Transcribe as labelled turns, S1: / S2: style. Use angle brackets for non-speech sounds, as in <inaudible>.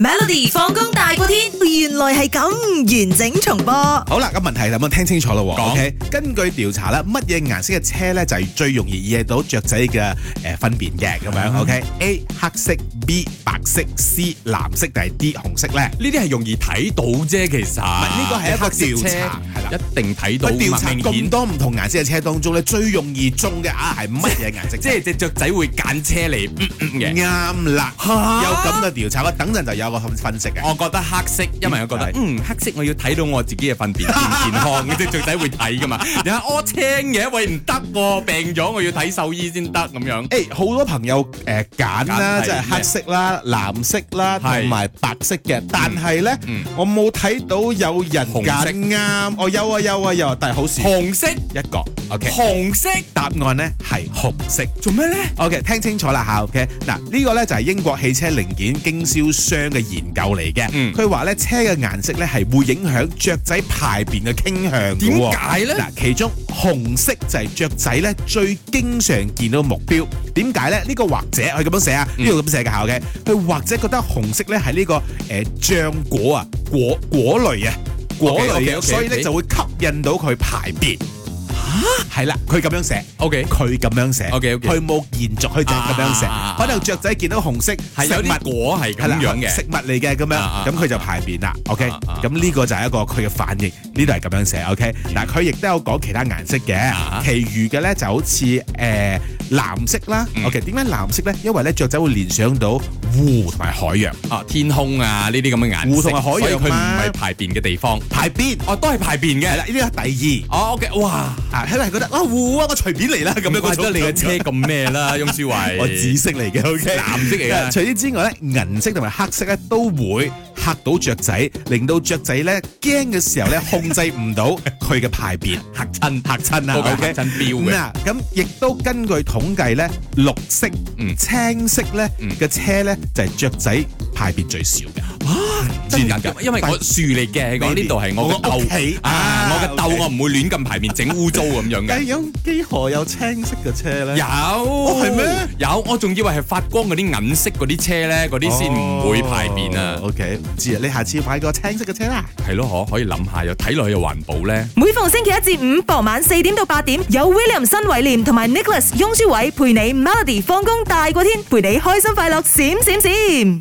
S1: Melody 放工大過天，原來係咁完整重播。
S2: 好啦，咁問題有冇聽清楚咯
S3: 講
S2: ？OK，根據調查咧，乜嘢顏色嘅車咧就係最容易惹到雀仔嘅誒糞便嘅咁
S3: 嗯
S2: 樣。OK，A 黑色，B 白色，C 藍色定係 D 紅色咧？
S3: 呢啲係容易睇到啫，其實呢
S2: 個係一個調查係
S3: 係
S2: 啦
S3: 啦，一定睇到
S2: 佢調查
S3: 明
S2: 咁
S3: 顯，
S2: 多唔同顏色嘅車當中咧，最容易中嘅啊係乜嘢顏色？
S3: 即係只雀仔會揀車嚟嗯嗯嘅。
S2: 啱啦，
S3: 嚇
S2: 有咁嘅調查，我等陣就有個分析嘅。
S3: 我覺得黑色，因為我覺得
S2: 嗯
S3: 嗯黑色我要睇到我自己嘅糞便健唔健
S2: <laughs>
S3: 康，只雀仔會睇噶嘛。你睇屙青嘅，喂唔得喎，病咗我要睇獸醫先得咁樣。
S2: 誒好多朋友誒揀啦，
S3: 揀係
S2: 即係黑色啦、藍色啦，
S3: 係嗯
S2: 同埋白色嘅。但係咧，我冇睇到有人
S3: 紅色
S2: 揀啱。我有啊有啊有啊，但係好少
S3: 紅色，
S2: 一個。OK，
S3: 紅色
S2: 答案咧係紅色。
S3: 做咩咧？
S2: OK，聽清楚啦嚇。OK，嗱呢個咧就係英國汽車零件經銷商嘅研究嚟嘅。
S3: 嗯
S2: 佢話咧車嘅顏色咧係會影響雀仔排便嘅傾向嘅
S3: 點
S2: 喎。
S3: 解咧？
S2: 嗱，其中紅色就係雀仔咧最經常見到嘅目標。點解咧？呢、個或者佢咁樣寫啊，呢度咁寫嘅嚇嘅。佢或者覺得紅色咧係呢個誒、呃、漿果啊果果類啊果類嘅
S3: OK，OK，OK，OK
S2: 所以咧就會吸引到佢排便。嚇，係啦，佢咁樣寫。
S3: OK
S2: 佢咁樣寫
S3: OK，OK
S2: 佢冇延續，佢就係咁樣寫
S3: 啊啊啊啊。
S2: 可能雀仔見到紅色
S3: 係
S2: 食
S3: 有
S2: 物
S3: 啲果係
S2: 係
S3: 咁
S2: 啦
S3: 樣嘅。
S2: 食物嚟嘅咁樣，
S3: 啊啊
S2: 咁佢就排便啦。OK，
S3: 啊啊
S2: 咁呢個就係一個佢嘅反應，呢度係咁樣寫。OK，嗱佢亦都有講其他顏色嘅
S3: 啊，
S2: 其餘嘅咧就好似誒藍色啦。
S3: 嗯
S2: OK，點解藍色咧？因為咧雀仔會聯想到湖同埋海洋，
S3: 啊，天空啊，呢啲咁嘅顏色，
S2: 湖同埋海洋
S3: 所以佢唔
S2: 嘛
S3: 係排便嘅地方，
S2: 排便
S3: 哦，都係排便
S2: 係
S3: 嘅
S2: 啦。。呢個係第
S3: 哦，OK，哇，
S2: 二啊，佢係覺得啊湖啊，我隨便嚟啦咁
S3: 咁
S2: 樣
S3: 怪
S2: 嗰
S3: 得
S2: 種
S3: 你啊嘅車咁
S2: <laughs>
S3: 咩啦，翁舒慧。
S2: 我紫色嚟嘅，OK，
S3: <laughs> 藍色嚟
S2: <laughs>
S3: 嘅
S2: 除此之外咧，銀色同埋黑色咧啊都會嚇到雀仔，令到雀仔咧驚嘅時候咧控制唔到佢嘅排
S3: <laughs>
S2: 便，嚇親嚇親啊
S3: 都係
S2: ，OK。
S3: 嚇親標嘅
S2: 嗱，啊咁亦都根據統計咧，綠色、
S3: 嗯
S2: 青色咧
S3: 嗯
S2: 嘅車咧就係雀仔排便最少嘅。
S3: 真㗎因為因為我樹嚟嘅，我呢度係我嘅
S2: 我屋企
S3: 竇啊，
S2: 啊 <laughs>
S3: 我嘅竇
S2: OK
S3: 我唔會亂咁排便整污糟咁樣嘅。
S2: 有幾何有青色嘅車咧
S3: 有
S2: 係咩？
S3: 有，我仲以為係發光嗰啲銀色嗰啲車咧，嗰啲先唔會排便啊。
S2: OK，唔知啊，你下次買個青色嘅車啦。
S3: 係咯，可可以諗下，又睇落去又環保咧。
S1: 每逢星期一至五傍晚四點到八點，有 William 新偉廉同埋 Nicholas 雍舒偉陪你 Melody 放工大過天，陪你開心快樂閃閃閃。